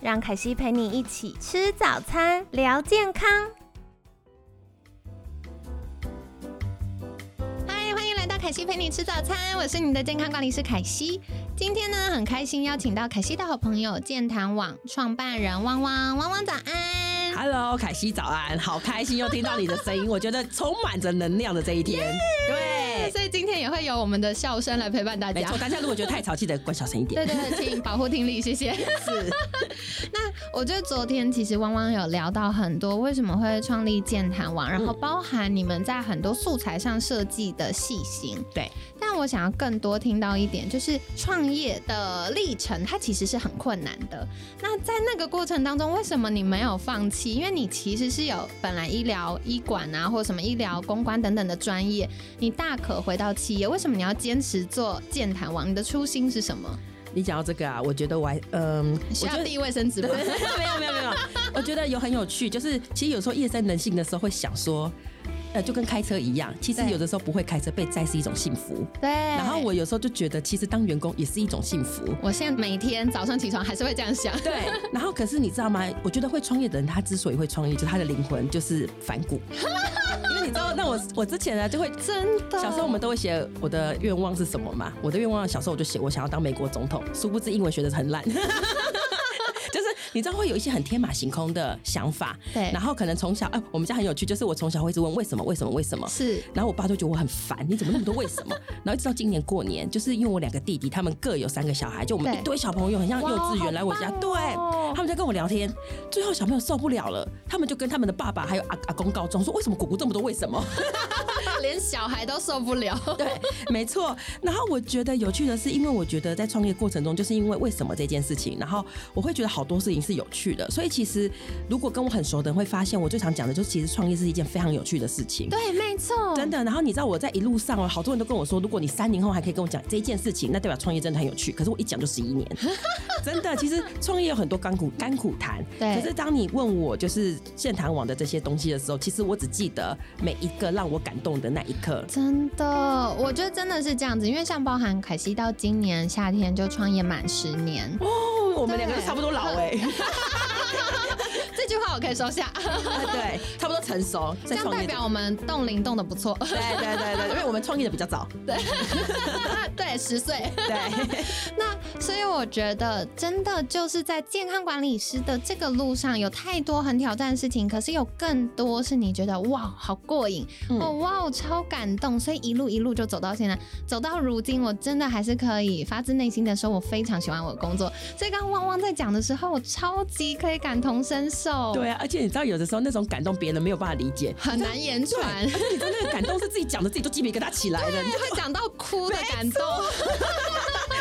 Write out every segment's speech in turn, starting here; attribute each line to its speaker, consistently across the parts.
Speaker 1: 让凯西陪你一起吃早餐，聊健康。
Speaker 2: 嗨，欢迎来到凯西陪你吃早餐，我是你的健康管理师凯西。今天呢，很开心邀请到凯西的好朋友健谈网创办人汪汪，汪汪早安。
Speaker 3: Hello，凯西早安，好开心又听到你的声音，我觉得充满着能量的这一天。对，
Speaker 2: 所以今天也会有我们的笑声来陪伴大
Speaker 3: 没
Speaker 2: 家
Speaker 3: 错，。大家如果觉得太吵，记得关小声一
Speaker 2: 对
Speaker 3: 点。
Speaker 2: 对 对，请保护听力，谢谢。
Speaker 3: 是，
Speaker 2: 我觉得昨天其实汪汪有聊到很多为什么会创立健谈网，然后
Speaker 3: 嗯
Speaker 2: 包含你们在很多素材上设计的细心。
Speaker 3: 对，
Speaker 2: 但我想要更多听到一点，就是创业的历程，它其实是很困难的。那在那个过程当中，为什么你没有放弃？因为你其实是有本来医疗医管啊，或什么医疗公关等等的专业，你大可回到企业，为什么你要坚持做健谈网？你的初心是什么？
Speaker 3: 你讲到这个啊，我觉得我还嗯，
Speaker 2: 需
Speaker 3: 我觉
Speaker 2: 要
Speaker 3: 得
Speaker 2: 递卫生纸吗？
Speaker 3: 没有没有没有，我觉得有很有趣，就是其实有时候夜深人静的时候会想说，呃，就跟开车一样，其实
Speaker 2: 对
Speaker 3: 有的时候不会开车被载是一种幸福。
Speaker 2: 对。然
Speaker 3: 然后我有时候就觉得，其实当员工也是一种幸福。
Speaker 2: 我现在每天早上起床还是会这样想，
Speaker 3: 对，然后可是你知道吗？我觉得会创业的人，他之所以会创业，就是他的灵魂就是反 骨。因为你知道，那我我之前呢就会。
Speaker 2: 真的。
Speaker 3: 小时候我们都会写我的愿望是什么嘛？我的愿望小时候我就写我想要当美国总统，殊不知英文学的很烂， 就是你知道会有一些很天马行空的想法，
Speaker 2: 对
Speaker 3: 然后可能从小哎、我们家很有趣，就是我从小会一直问为什么为什么为什么，
Speaker 2: 是
Speaker 3: 然后我爸就觉得我很烦，你怎么那么多为什 么？然后一直到今年过年，就是因为我两个弟弟他们各有三个小孩，就我们
Speaker 2: 对
Speaker 3: 一堆小朋友，很像幼
Speaker 2: 哇
Speaker 3: 稚园来我家，
Speaker 2: 好棒
Speaker 3: 对
Speaker 2: 哦，
Speaker 3: 他们在跟我聊天，最后小朋友受不了了，他们就跟他们的爸爸还有阿阿公告状说，为什么姑姑这么多为什么？
Speaker 2: 连小孩都受不 了。
Speaker 3: 对，没错。然后我觉得有趣的是，因为我觉得在创业过程中，就是因为为什么这件事情，然后我会觉得好多事情是有趣的。所以其实如果跟我很熟的人会发现，我最常讲的就是，其实创业是一件非常有趣的事情。
Speaker 2: 对，没错，
Speaker 3: 真的。然后你知道我在一路上哦，好多人都跟我说，如果你三年后还可以跟我讲这件事情，那代表创业真的很有趣。可是我一讲就十 一年，真的。其实创业有很多甘苦甘苦谈，
Speaker 2: 对
Speaker 3: 可是当你问我就是健谈网的这些东西的时候，其实我只记得每一个让我感动的那一刻。
Speaker 2: 真的，我觉得真的是这样子，因为像包含凯西到今年夏天就创业满十年，
Speaker 3: 哦，我们两个都差不多老 哎、
Speaker 2: 这句话我可以收下，
Speaker 3: 对，差不多成熟
Speaker 2: 这
Speaker 3: 在
Speaker 2: 样
Speaker 3: 创
Speaker 2: 代
Speaker 3: 业。
Speaker 2: 表我们冻龄冻的不错，
Speaker 3: 对对对对，因为我们创业的比较早，
Speaker 2: 对，十岁。
Speaker 3: 对，
Speaker 2: 那所以我觉得，真的就是在健康管理师的这个路上，有太多很挑战的事情，可是有更多是你觉得哇，好过瘾，
Speaker 3: 嗯
Speaker 2: 哦哇，超感动，所以一路一路就走到现在，走到如今，我真的还是可以发自内心的说，我非常喜欢我的工作。所以刚刚汪汪在讲的时候，我超级可以感同身受，
Speaker 3: 对，啊，而且你知道，有的时候那种感动别人没有办法理解，
Speaker 2: 很难言
Speaker 3: 对，
Speaker 2: 传
Speaker 3: 而，且你知道那个感动是自己讲的，自己都鸡皮疙瘩起来的，你就
Speaker 2: 会讲到哭的感动，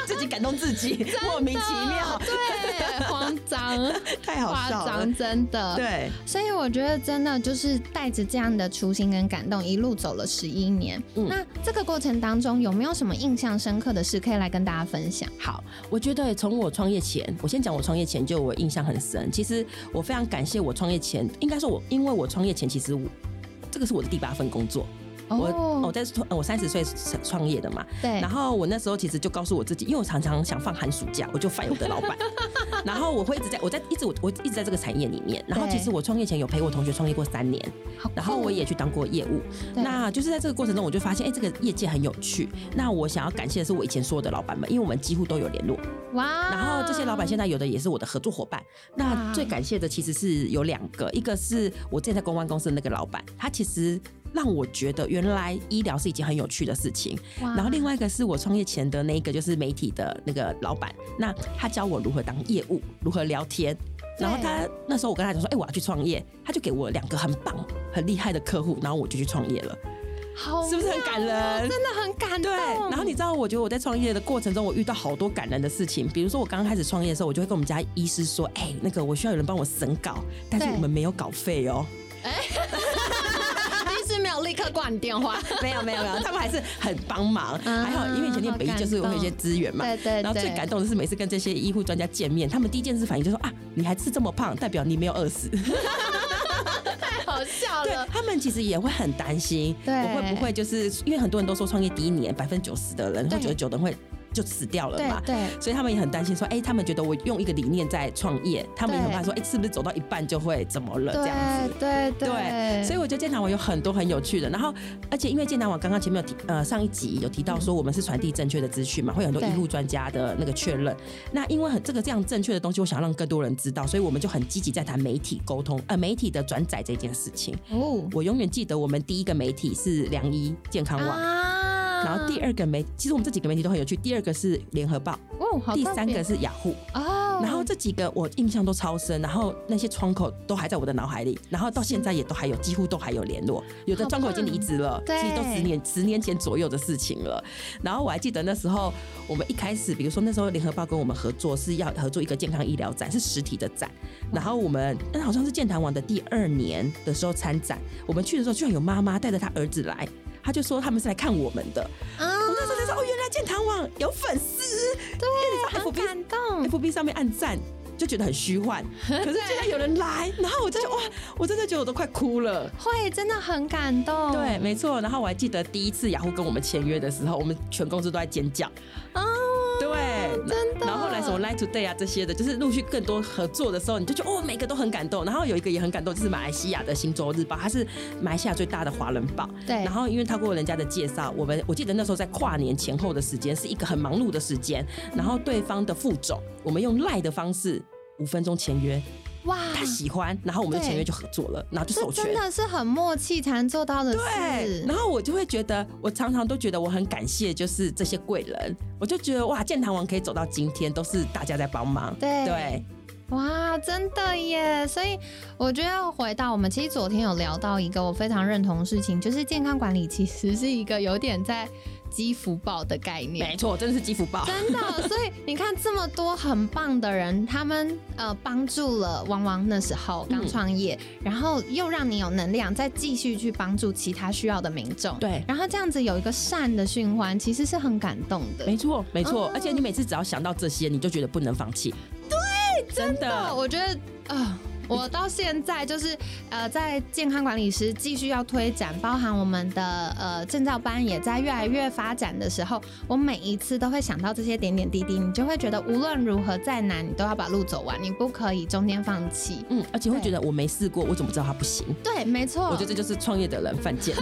Speaker 3: 自己感动自己，莫名其妙，
Speaker 2: 对，慌张，
Speaker 3: 太 好
Speaker 2: 夸
Speaker 3: 笑了
Speaker 2: 张，。真的，
Speaker 3: 对，
Speaker 2: 所以我觉得真的就是带着这样的初心跟感动，一路走了十一年。
Speaker 3: 嗯
Speaker 2: 那这个过程当中有没有什么印象深刻的事可以来跟大家分享？
Speaker 3: 好，我觉得从我创业前，我先讲我创业前，就我印象很深。其实我非常感谢我创业前，应该说我，因为我创业前其实我这个是我的第八份工作，我哦我在创呃我三十岁创业的嘛，
Speaker 2: 哦对
Speaker 3: 然，后我那时候其实就告诉我自己，因为我常常想放寒暑假，我就烦我的老板。 然后我会一直在，我在一直我我一直在这个产业里面。然后
Speaker 2: 对
Speaker 3: 其实我创业前有陪我同学创业过三年，
Speaker 2: 好酷哦
Speaker 3: 然后我也去当过业务。
Speaker 2: 对
Speaker 3: 那就是在这个过程中，我就发现，哎、这个业界很有趣。那我想要感谢的是我以前所有的老板们，因为我们几乎都有联络。
Speaker 2: 哇
Speaker 3: 然后这些老板现
Speaker 2: 在
Speaker 3: 在有的也是我的合作伙伴。那最感谢的其实是有两个，一个是我之前在公关公司的那个老板，他其实让我觉得原来医疗是一件很有趣的事情。然后另外一个是我创业前的那一个就是媒体的那个老板，那他教我如何当业务，如何聊天。然后他那时候我跟他讲说，哎、我要去创业，他就给我两个很棒、很厉害的客户，然后我就去创业了。
Speaker 2: 好
Speaker 3: 是不是很
Speaker 2: 妙
Speaker 3: 感
Speaker 2: 哦
Speaker 3: 人
Speaker 2: 真的很感
Speaker 3: 对
Speaker 2: 动。，
Speaker 3: 然后你知道，我觉得我在创业的过程中，我遇到好多感人的事情。比如说，我刚开始创业的时候，我就会跟我们家医师说：“哎、那个我需要有人帮我审稿，但是
Speaker 2: 对
Speaker 3: 你们没有稿费 哦。
Speaker 2: 医师没有立刻挂你电 话，”
Speaker 3: 没有，没有，没有，他们还是很帮 忙。
Speaker 2: 嗯
Speaker 3: 还好，因为以前念北医就是会有一些资源嘛。
Speaker 2: 对对
Speaker 3: 然后最
Speaker 2: 对
Speaker 3: 啊感动的是，每次跟这些医护专家见面，他们第一件事反应就说：“啊，你还是这么胖，代表你没有饿死。”
Speaker 2: 太好笑
Speaker 3: 对
Speaker 2: 了。
Speaker 3: 他们其实也会很担心，
Speaker 2: 对
Speaker 3: 我会不会就是因为很多人都说创业第一年百分之九十的人或
Speaker 2: 对
Speaker 3: 九十九的人会就死掉了
Speaker 2: 对
Speaker 3: 嘛，
Speaker 2: 对
Speaker 3: 所以他们也很担心说，哎、他们觉得我用一个理念在创业，他们也很怕说，哎、是不是走到一半就会怎么了这样子？
Speaker 2: 对对
Speaker 3: 对，所以我觉得健谈网有很多很有趣的，然后而且因为健谈网刚刚前面有提，呃，上一集有提到说我们是传递正确的资讯嘛，会有很多
Speaker 2: 对
Speaker 3: 医护专家的那个确认。那因为很这个这样正确的东西，我想让更多人知道，所以我们就很积极在谈媒体沟通，呃，媒体的转载这件事情。
Speaker 2: 哦
Speaker 3: 我永远记得我们第一个媒体是良医健康网，
Speaker 2: 啊
Speaker 3: 然后第二个媒，其实我们这几个媒体都很有趣。第二个是联合报，
Speaker 2: 哦，好
Speaker 3: 第
Speaker 2: 特
Speaker 3: 三
Speaker 2: 别
Speaker 3: 个是雅虎，
Speaker 2: 哦，
Speaker 3: 然后这几个我印象都超深，然后那些窗口都还在我的脑海里，然后到现在也都还有，几乎都还有联络。有的
Speaker 2: 好
Speaker 3: 窗口已经离职了，
Speaker 2: 棒
Speaker 3: 其实都十
Speaker 2: 对
Speaker 3: 年十年前左右的事情了。然后我还记得那时候我们一开始，比如说那时候联合报跟我们合作是要合作一个健康医疗展，是实体的展。然后我们那好像是健谈网的第二年的时候参展，我们去的时候居然有妈妈带着她儿子来。她就说他们是来看我们的，
Speaker 2: 啊
Speaker 3: 我，那时候才知道哦，原来健谈网有粉丝，
Speaker 2: 对，很
Speaker 3: 因为你知道 FB
Speaker 2: 感动，
Speaker 3: FB 上面按赞，就觉得很 虚幻。可是竟然有人来，然后我就觉得哇，我真的觉得我都快哭了。
Speaker 2: 会真的很感动，
Speaker 3: 对，没错。然后我还记得第一次雅虎跟我们签约的时候，我们全公司都在尖叫。
Speaker 2: 哦，
Speaker 3: 对，
Speaker 2: 真的
Speaker 3: 然后后来什么 Line Today 啊这些的，就是陆续更多合作的时候，你就觉得哦，每个都很感动。然后有一个也很感动，就是马来西亚的《新洲日报》，它是马来西亚最大的华人报。
Speaker 2: 对，
Speaker 3: 然后因为透过人家的介绍，我们我记得那时候在跨年前后的时间是一个很忙碌的时间，然后对方的副总，我们用赖的方式。五分钟签约，
Speaker 2: 哇，
Speaker 3: 他喜欢，然后我们就
Speaker 2: 对
Speaker 3: 签约就合作了，然后就
Speaker 2: 这
Speaker 3: 授权
Speaker 2: 哦真。的啊是很默契才能做到的
Speaker 3: 对，
Speaker 2: 事
Speaker 3: 然，后我就会觉得，我常常都觉得我很感谢，就是这些贵人，我就觉得哇，健谈王可以走到今天，都是大家在帮忙。
Speaker 2: 对
Speaker 3: 对，
Speaker 2: 哇，真的耶！所以我觉得回到我们，其实昨天有聊到一个我非常认同的事情，就是健康管理其实是一个有点在积福报的概念
Speaker 3: 没。错，真的是积福报。
Speaker 2: 真的，所以你看这么多很棒的人，他们呃帮助了汪汪那时候刚
Speaker 3: 嗯
Speaker 2: 创业，然后又让你有能量再继续去帮助其他需要的民众，
Speaker 3: 对，
Speaker 2: 然后这样子有一个善的循环，其实是很感动的。
Speaker 3: 没错，没错。
Speaker 2: 嗯
Speaker 3: 而且你每次只要想到这些，你就觉得不能放弃。对，真
Speaker 2: 哦，
Speaker 3: 的。
Speaker 2: 我觉得啊、呃我到现在就是呃，在健康管理师继续要推展，包含我们的呃证照班也在越来越发展的时候，我每一次都会想到这些点点滴滴，你就会觉得无论如何再难，你都要把路走完，你不可以中间放弃。
Speaker 3: 嗯，而且会觉得我没试过，我怎么知道它不行？
Speaker 2: 对，没错，
Speaker 3: 我觉得这就是创业的人犯 贱。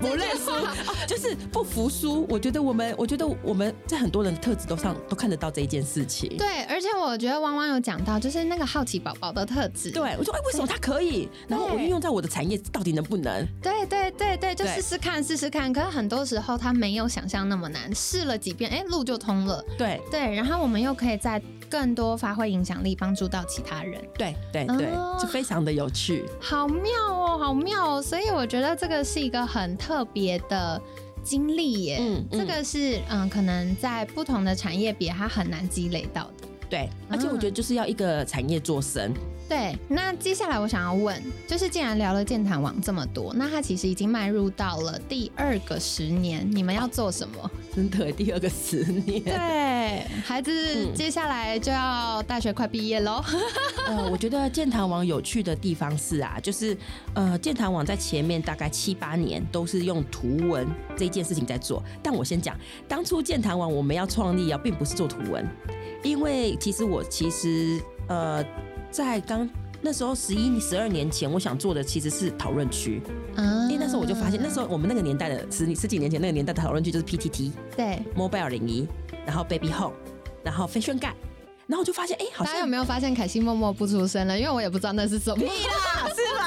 Speaker 3: 不认输、哦就是不服输。我觉得我们，我觉得我们在很多人的特质都上都看得到这一件事情。
Speaker 2: 对，而且我觉得汪汪有讲到，就是那个好奇宝宝的特质。
Speaker 3: 对，我说哎、为什么他可以？然后我运用在我的产业到底能不能？
Speaker 2: 对对对对，就
Speaker 3: 对
Speaker 2: 试试看，试试看。可是很多时候它没有想象那么难，试了几遍，哎，路就通了。
Speaker 3: 对
Speaker 2: 对，然后我们又可以在更多发挥影响力，帮助到其他人，
Speaker 3: 对对对，
Speaker 2: 哦
Speaker 3: 就非常的有趣。
Speaker 2: 好妙哦，好妙哦！所以我觉得这个是一个很特别的经历耶。
Speaker 3: 嗯，
Speaker 2: 这个是嗯、可能在不同的产业别，它很难积累到的。
Speaker 3: 嗯对，而且我觉得就是要一个产业做深。
Speaker 2: 对，那接下来我想要问，就是既然聊了健谈网这么多，那它其实已经迈入到了第二个十年，你们要做什么？
Speaker 3: 真的，第二个十年，
Speaker 2: 对，孩子
Speaker 3: 嗯
Speaker 2: 接下来就要大学快毕业喽。
Speaker 3: 呃，我觉得健谈网有趣的地方是啊，就是呃，健谈网在前面大概七八年都是用图文这件事情在做。但我先讲，当初健谈网我们要创立啊，并不是做图文，因为其实我其实呃，在刚那时候十一十二年前，我想做的其实是讨论区。
Speaker 2: 嗯
Speaker 3: 因为那时候我就发现，那时候我们那个年代的十十几年前那个年代的讨论区就是 PTT、
Speaker 2: 对，
Speaker 3: Mobile 零一，然后 Baby Home，然后飞旋盖，然后我就发现，哎、好
Speaker 2: 大家有
Speaker 3: 像
Speaker 2: 没有发现凯西默默不出声了？因为我也不知道那是什么。
Speaker 3: 啊是吗？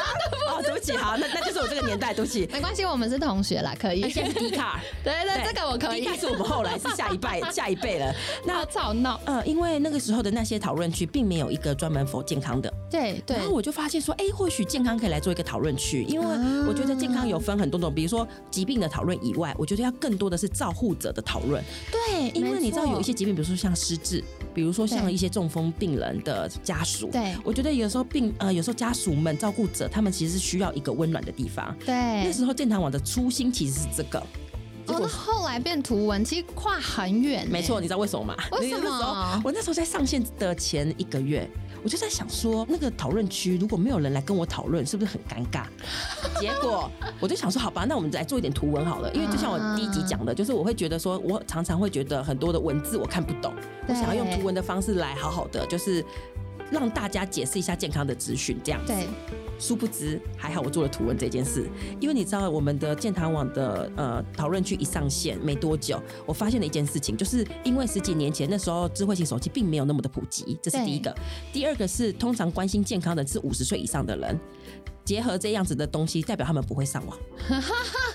Speaker 3: 哦，对不起，好，那那就是我这个年代，对不 起。
Speaker 2: 没关系，我们是同学啦，可以。
Speaker 3: 哎，现在
Speaker 2: 对
Speaker 3: 是 D 卡，
Speaker 2: 对，这个我可
Speaker 3: D
Speaker 2: 以
Speaker 3: 卡。是我们后来是下一 辈下一辈了。
Speaker 2: 好吵闹
Speaker 3: 呃，因为那个时候的那些讨论区并没有一个专门否健康的，
Speaker 2: 对对
Speaker 3: 然，后我就发现说，哎、或许健康可以来做一个讨论区，因为
Speaker 2: 啊
Speaker 3: 我觉得健康有分很多种，比如说疾病的讨论以外，我觉得要更多的是照护者的讨论，
Speaker 2: 对，
Speaker 3: 因为你知道
Speaker 2: 没错
Speaker 3: 有一些疾病，比如说像失智，比如说像
Speaker 2: 对
Speaker 3: 一些中风病人的家属，
Speaker 2: 对
Speaker 3: 我觉得有时候病呃，有时候家属们、照顾者，他们其实是需要一个温暖的地方。那
Speaker 2: 对，
Speaker 3: 时候健谈网的初心其实是这个，结
Speaker 2: 哎哦，
Speaker 3: 果
Speaker 2: 那后来变图文，其实跨很远欸，
Speaker 3: 没错，你知道为什么吗？
Speaker 2: 为什么
Speaker 3: 那时候我那时候在上线的前一个月，我就在想说，那个讨论区如果没有人来跟我讨论，是不是很尴 尬？结果我就想说，好吧，那我们来做一点图文好了，因为就像我第一集
Speaker 2: 嗯
Speaker 3: 讲的，就是我会觉得说，我常常会觉得很多的文字我看不懂，我
Speaker 2: 对
Speaker 3: 想要用图文的方式来好好的，就是。让大家解释一下健康的资讯，这样 子。
Speaker 2: 对，
Speaker 3: 殊不知，还好我做了图文这件事，因为你知道我们的健谈网的呃讨论区一上线没多久，我发现了一件事情，就是因为十几年前那时候智慧型手机并没有那么的普及，这是第一个。第二个是，通常关心健康的是五十岁以上的人。结合这样子的东西，代表他们不会上网。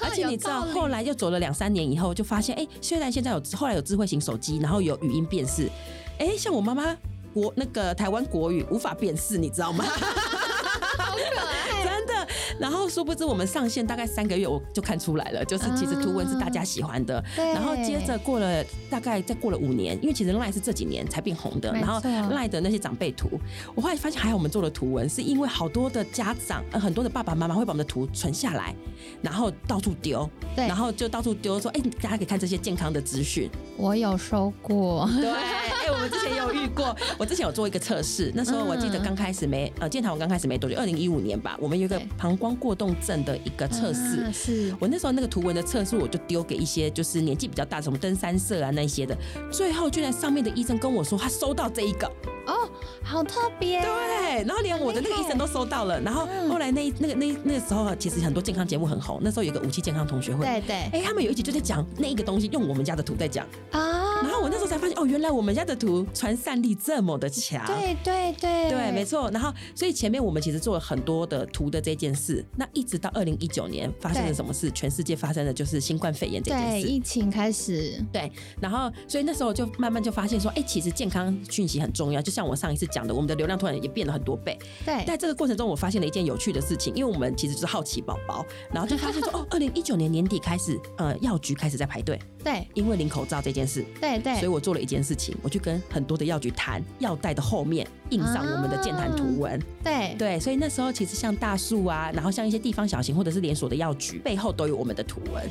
Speaker 3: 而且你知道，
Speaker 2: 有道理
Speaker 3: 后来又走了两三年以后，就发现，哎、虽然现在有后来有智慧型手机，然后有语音辨识，哎、像我妈妈国那个台湾国语无法辨识，你知道吗？
Speaker 2: 好可爱，
Speaker 3: 真的。然后殊不知我们上线大概三个月，我就看出来了，就是其实图文是大家喜欢的。
Speaker 2: 啊对，
Speaker 3: 然后接着过了大概再过了五年，因为其实 LINE 是这几年才变红的，
Speaker 2: 没
Speaker 3: 然后
Speaker 2: 错
Speaker 3: LINE 的那些长辈图，我后来发现还有我们做的图文，是因为好多的家长、呃、很多的爸爸妈妈会把我们的图存下来，然后到处丢，
Speaker 2: 对
Speaker 3: 然后就到处丢说，哎、大家可以看这些健康的资讯。
Speaker 2: 我有收过，
Speaker 3: 对， 哎、我们之前有遇过，我之前有做一个测试，那时候我记得
Speaker 2: 嗯
Speaker 3: 刚开始没，呃，健谈我刚开始没多久，二零一五年吧，我们有一个
Speaker 2: 对
Speaker 3: 膀胱过动症的一个测试。
Speaker 2: 啊是
Speaker 3: 我那时候那个图文的测试，我就丢给一些就是年纪比较大，什么登山社啊那一些的，最后居然上面的医生跟我说他收到这一个，
Speaker 2: 哦，好特别，
Speaker 3: 对，然后连我的那个医生都收到了，然后
Speaker 2: 嗯
Speaker 3: 后来那一那个那那时候其实很多健康节目很红，那时候有个武器健康同学会，哎、
Speaker 2: 对对
Speaker 3: 他们有一集就在讲那一个东西，用我们家的图在讲，
Speaker 2: 啊，
Speaker 3: 然后我那时候才发现，哦，原来我们家的图传散力这么的强。
Speaker 2: 对对啊对，
Speaker 3: 对，没错。然后，所以前面我们其实做了很多的图的这件事，那一直到二零一九年发生了
Speaker 2: 对
Speaker 3: 什么事？全世界发生的就是新冠肺炎这件
Speaker 2: 对，
Speaker 3: 事。
Speaker 2: 疫情开始，
Speaker 3: 然后，所以那时候我就慢慢就发现说，哎、其实健康讯息很重要。就像我上一次讲的，我们的流量突然也变了很多倍。
Speaker 2: 对
Speaker 3: 在这个过程中，我发现了一件有趣的事情，因为我们其实就是好奇宝宝，然后就发现说，哦，二零一九年年底开始，呃，药局开始在排队，
Speaker 2: 对
Speaker 3: 因为零口罩这件事。
Speaker 2: 对
Speaker 3: 所以
Speaker 2: 对，
Speaker 3: 我做了一件事情，我去跟很多的药局谈，药袋的后面印上我们的健谈图文。
Speaker 2: 对
Speaker 3: 对，所以那时候其实像大树啊，然后像一些地方小型或者是连锁的药局，背后都有我们的图文。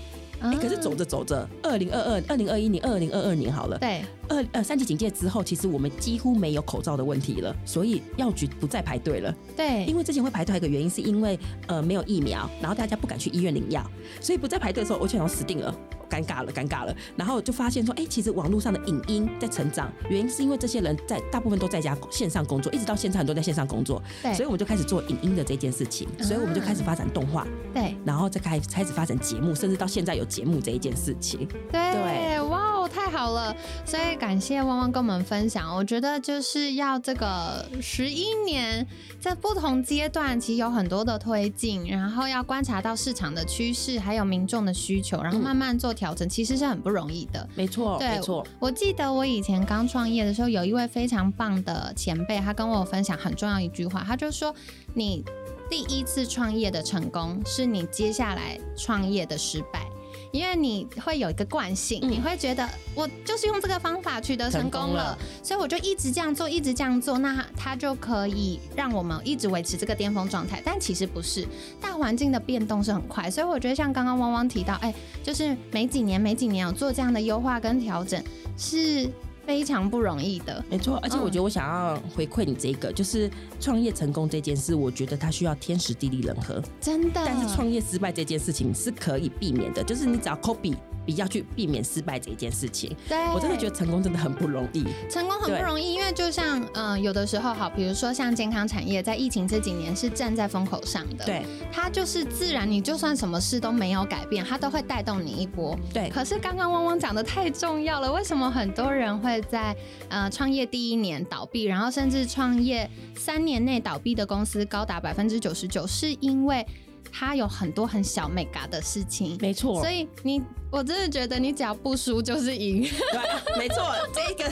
Speaker 3: 哎、
Speaker 2: 啊
Speaker 3: 可是走着走着，二零二二、二零二一年、二零二二年好了，
Speaker 2: 对
Speaker 3: 二呃三级警戒之后，其实我们几乎没有口罩的问题了，所以药局不再排队了。
Speaker 2: 对，
Speaker 3: 因为之前会排队，还有一个原因是因为呃没有疫苗，然后大家不敢去医院领药，所以不在排队的时候，我就想死定了。尴尬了，尴尬了。然后就发现说，哎、其实网络上的影音在成长，原因是因为这些人在大部分都在家线上工作，一直到现在很多在线上工作，
Speaker 2: 对嗯
Speaker 3: 所以我们就开始做影音的这件事情，所以我们就开始发展动画，
Speaker 2: 对
Speaker 3: 然后再开开始发展节目，甚至到现在有节目这一件事情。对
Speaker 2: 对，哇哦，太好了！所以感谢汪汪跟我们分享，我觉得就是要这个十一年，在不同阶段其实有很多的推进，然后要观察到市场的趋势，还有民众的需求，然后
Speaker 3: 嗯
Speaker 2: 慢慢做调整，其实是很不容易的。
Speaker 3: 没错，
Speaker 2: 对
Speaker 3: 没错，
Speaker 2: 我记得我以前刚创业的时候，有一位非常棒的前辈，他跟我分享很重要一句话，他就说：“你第一次创业的成功，是你接下来创业的失败。”因为你会有一个惯性，
Speaker 3: 嗯
Speaker 2: 你会觉得我就是用这个方法取得成功了，
Speaker 3: 成功了
Speaker 2: 所以我就一直这样做，一直这样做，那它就可以让我们一直维持这个巅峰状态。但其实不是，大环境的变动是很快，所以我觉得像刚刚汪汪提到，哎、就是每几年每几年有做这样的优化跟调整是非常不容易的。
Speaker 3: 没错。而且我觉得我想要回馈你这个，就是创业成功这件事，我觉得它需要天时地利人和。
Speaker 2: 真的，
Speaker 3: 但是创业失败这件事情是可以避免的，就是你只要 copy，比较去避免失败这一件事情。
Speaker 2: 对，
Speaker 3: 我真的觉
Speaker 2: 得
Speaker 3: 得成功真的很不容易，
Speaker 2: 成功很
Speaker 3: 对
Speaker 2: 不容易，因为就像嗯、呃有的时候好，比如说像健康产业，在疫情这几年是站在风口上的，，
Speaker 3: 对
Speaker 2: 它就是自然，你就算什么事都没有改变，它都会带动你一波。
Speaker 3: 对
Speaker 2: 可是刚刚汪汪讲的太重要了，为什么很多人会在呃创业第一年倒闭，然后甚至创业三年内倒闭的公司高达百分之九十九，是因为它有很多很小 mega 的事情。
Speaker 3: 没错
Speaker 2: 所，以你，我真的觉得你只要不输就是赢，
Speaker 3: 啊对，没错，这一个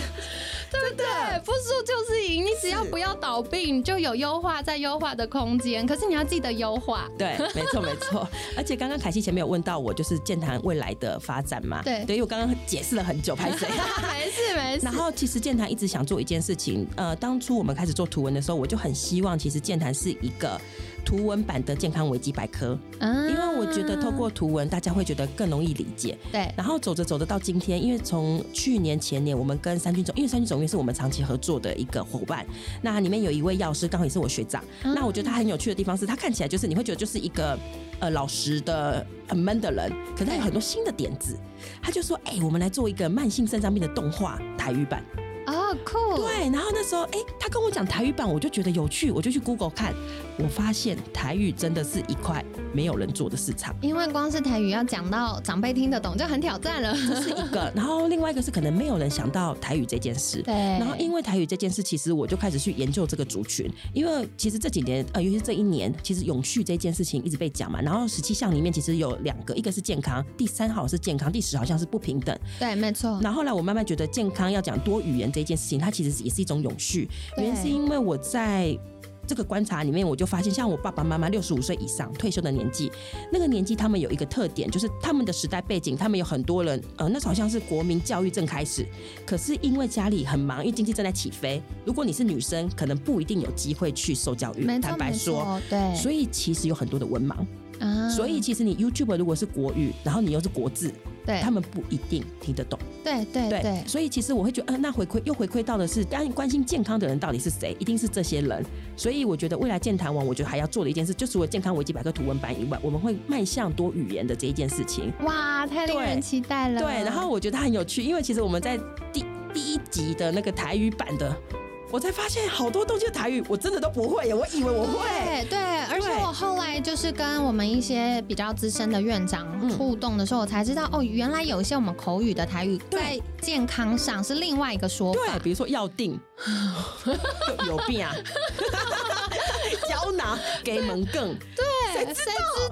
Speaker 3: 真的
Speaker 2: 对，不输就是赢，行，你只要不要倒病，就有优化在优化的空间。可是你要记得优 化，
Speaker 3: 对，没错没错。而且刚刚凯西前面有问到我，就是健谈未来的发展嘛，
Speaker 2: 对
Speaker 3: 对，因为我刚刚解释了很 久，拍谁？
Speaker 2: 没事没事
Speaker 3: 然。后其实健谈一直想做一件事情，呃，当初我们开始做图文的时候，我就很希望其实健谈是一个图文版的健康维基百科，
Speaker 2: 嗯
Speaker 3: 因为我觉得透过图文，大家会觉得更容易理解。
Speaker 2: 对
Speaker 3: 然后走着走着到今天，因为从去年前年，我们跟三军总，因为三军总院是我们长期合作的一个伙伴，那里面有一位药师，刚好也是我学长。
Speaker 2: 嗯
Speaker 3: 那我觉得他很有趣的地方是，他看起来就是你会觉得就是一个呃老实的很闷的人，可是他有很多新的点子。他就说：“哎、我们来做一个慢性肾脏病的动画台语版。”
Speaker 2: 哦酷，
Speaker 3: 对，然后那时候，哎、他跟我讲台语版，我就觉得有趣，我就去 Google 看，我发现台语真的是一块没有人做的市场。
Speaker 2: 因为光是台语要讲到长辈听得懂就很挑战了。
Speaker 3: 这是一个，然后另外一个是可能没有人想到台语这件事。
Speaker 2: 对，
Speaker 3: 然
Speaker 2: 然
Speaker 3: 后因为台语这件事，其实我就开始去研究这个族群，因为其实这几年，呃，尤其是这一年，其实永续这件事情一直被讲嘛。然后十七项里面其实有两个，一个是健康，第三好像是健康，第十好像是不平等。
Speaker 2: 对没错，
Speaker 3: 然后后来我慢慢觉得健康要讲多语言这件事情，它其实也是一种永续。
Speaker 2: 对
Speaker 3: 原因是因为我在。这个观察里面，我就发现，像我爸爸妈妈六十五岁以上退休的年纪，那个年纪他们有一个特点，就是他们的时代背景，他们有很多人，呃，那时候好像是国民教育正开始，可是因为家里很忙，因为经济正在起飞，如果你是女生，可能不一定有机会去受教育
Speaker 2: 没。错
Speaker 3: 坦白
Speaker 2: 没
Speaker 3: 说，
Speaker 2: 错，对，
Speaker 3: 所以其实有很多的文盲，
Speaker 2: 以啊
Speaker 3: 所以其实你 YouTube 如果是国语，然后你又是国字，
Speaker 2: 对
Speaker 3: 他们不一定听得懂。
Speaker 2: 对对
Speaker 3: 哎对，
Speaker 2: 对
Speaker 3: 所以其实我会觉得，嗯、那回馈又回馈到的是，当然关心健康的人到底是谁，一定是这些人。所以我觉得未来健谈网，我觉得还要做的一件事，就除了健康维基百科图文版以外，我们会迈向多语言的这一件事情。
Speaker 2: 哇，太令
Speaker 3: 对
Speaker 2: 人期待了。
Speaker 3: 对，啊然后我觉得它很有趣，因为其实我们在第第一集的那个台语版的，我才发现好多东西的台语我真的都不会耶，我以为我会。
Speaker 2: 对对，而且我后来就是跟我们一些比较资深的院长
Speaker 3: 嗯
Speaker 2: 互动的时候，我才知道哦，原来有一些我们口语的台语
Speaker 3: 对
Speaker 2: 在健康上是另外一个说法。
Speaker 3: 对，比如说药 定，有有病啊， 胶囊给门更，
Speaker 2: 对，谁知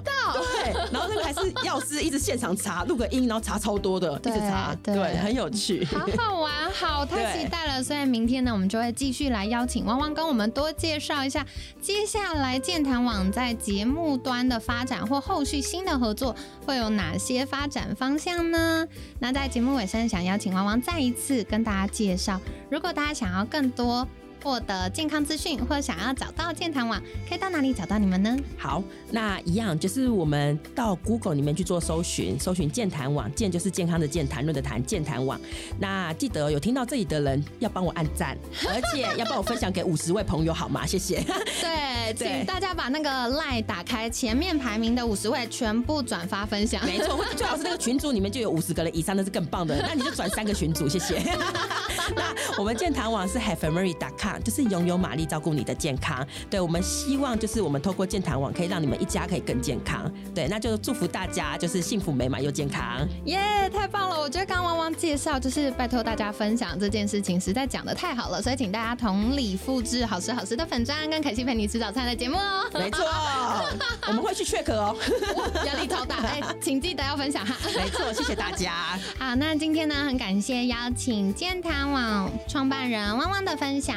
Speaker 2: 道？
Speaker 3: 对，然后那个还是药师一直现场查，录个音，然后查超多的，一直查，
Speaker 2: 对
Speaker 3: 对，
Speaker 2: 对
Speaker 3: 很有趣。
Speaker 2: 好好玩，好太
Speaker 3: 对
Speaker 2: 期待了！所以明天呢，我们就会继续来邀请汪汪跟我们多介绍一下接下来健谈网在节目端的发展或后续新的合作会有哪些发展方向呢？那在节目尾声，想邀请汪汪再一次跟大家介绍，如果大家想要更多。获得健康资讯，或想要找到健谈网，可以到哪里找到你们呢？
Speaker 3: 好，那一样就是我们到 Google 里面去做搜寻，搜寻健谈网，健就是健康的健，谈论的谈，健谈网。那记得有听到这里的人要帮我按赞，而且要帮我分享给五十位朋友，好吗？谢谢。
Speaker 2: 对，
Speaker 3: 对
Speaker 2: 请大家把那个 line 打开，前面排名的五十位全部转发分享。
Speaker 3: 没错，或者最好是那个群组里面就有五十个人以上，那是更棒的。那你就转三个群组，谢谢。那我们健谈网是 h a v e m a r y c o m 就是拥有玛丽照顾你的健康。对我们希望就是我们透过健谈网可以让你们一家可以更健康。对，那就祝福大家就是幸福美满又健康。
Speaker 2: 耶太棒了！我觉得刚刚汪汪介绍，就是拜托大家分享这件事情，实在讲的太好了，所以请大家同理复制好吃好吃的粉砖跟凯西陪你吃早餐的节目哦，
Speaker 3: 没错，我们会去 check 哦。
Speaker 2: 压力超大， 哎、请记得要分享哈。
Speaker 3: 没错，谢谢大家。
Speaker 2: 好，那今天呢，很感谢邀请健谈网创办人汪汪的分享，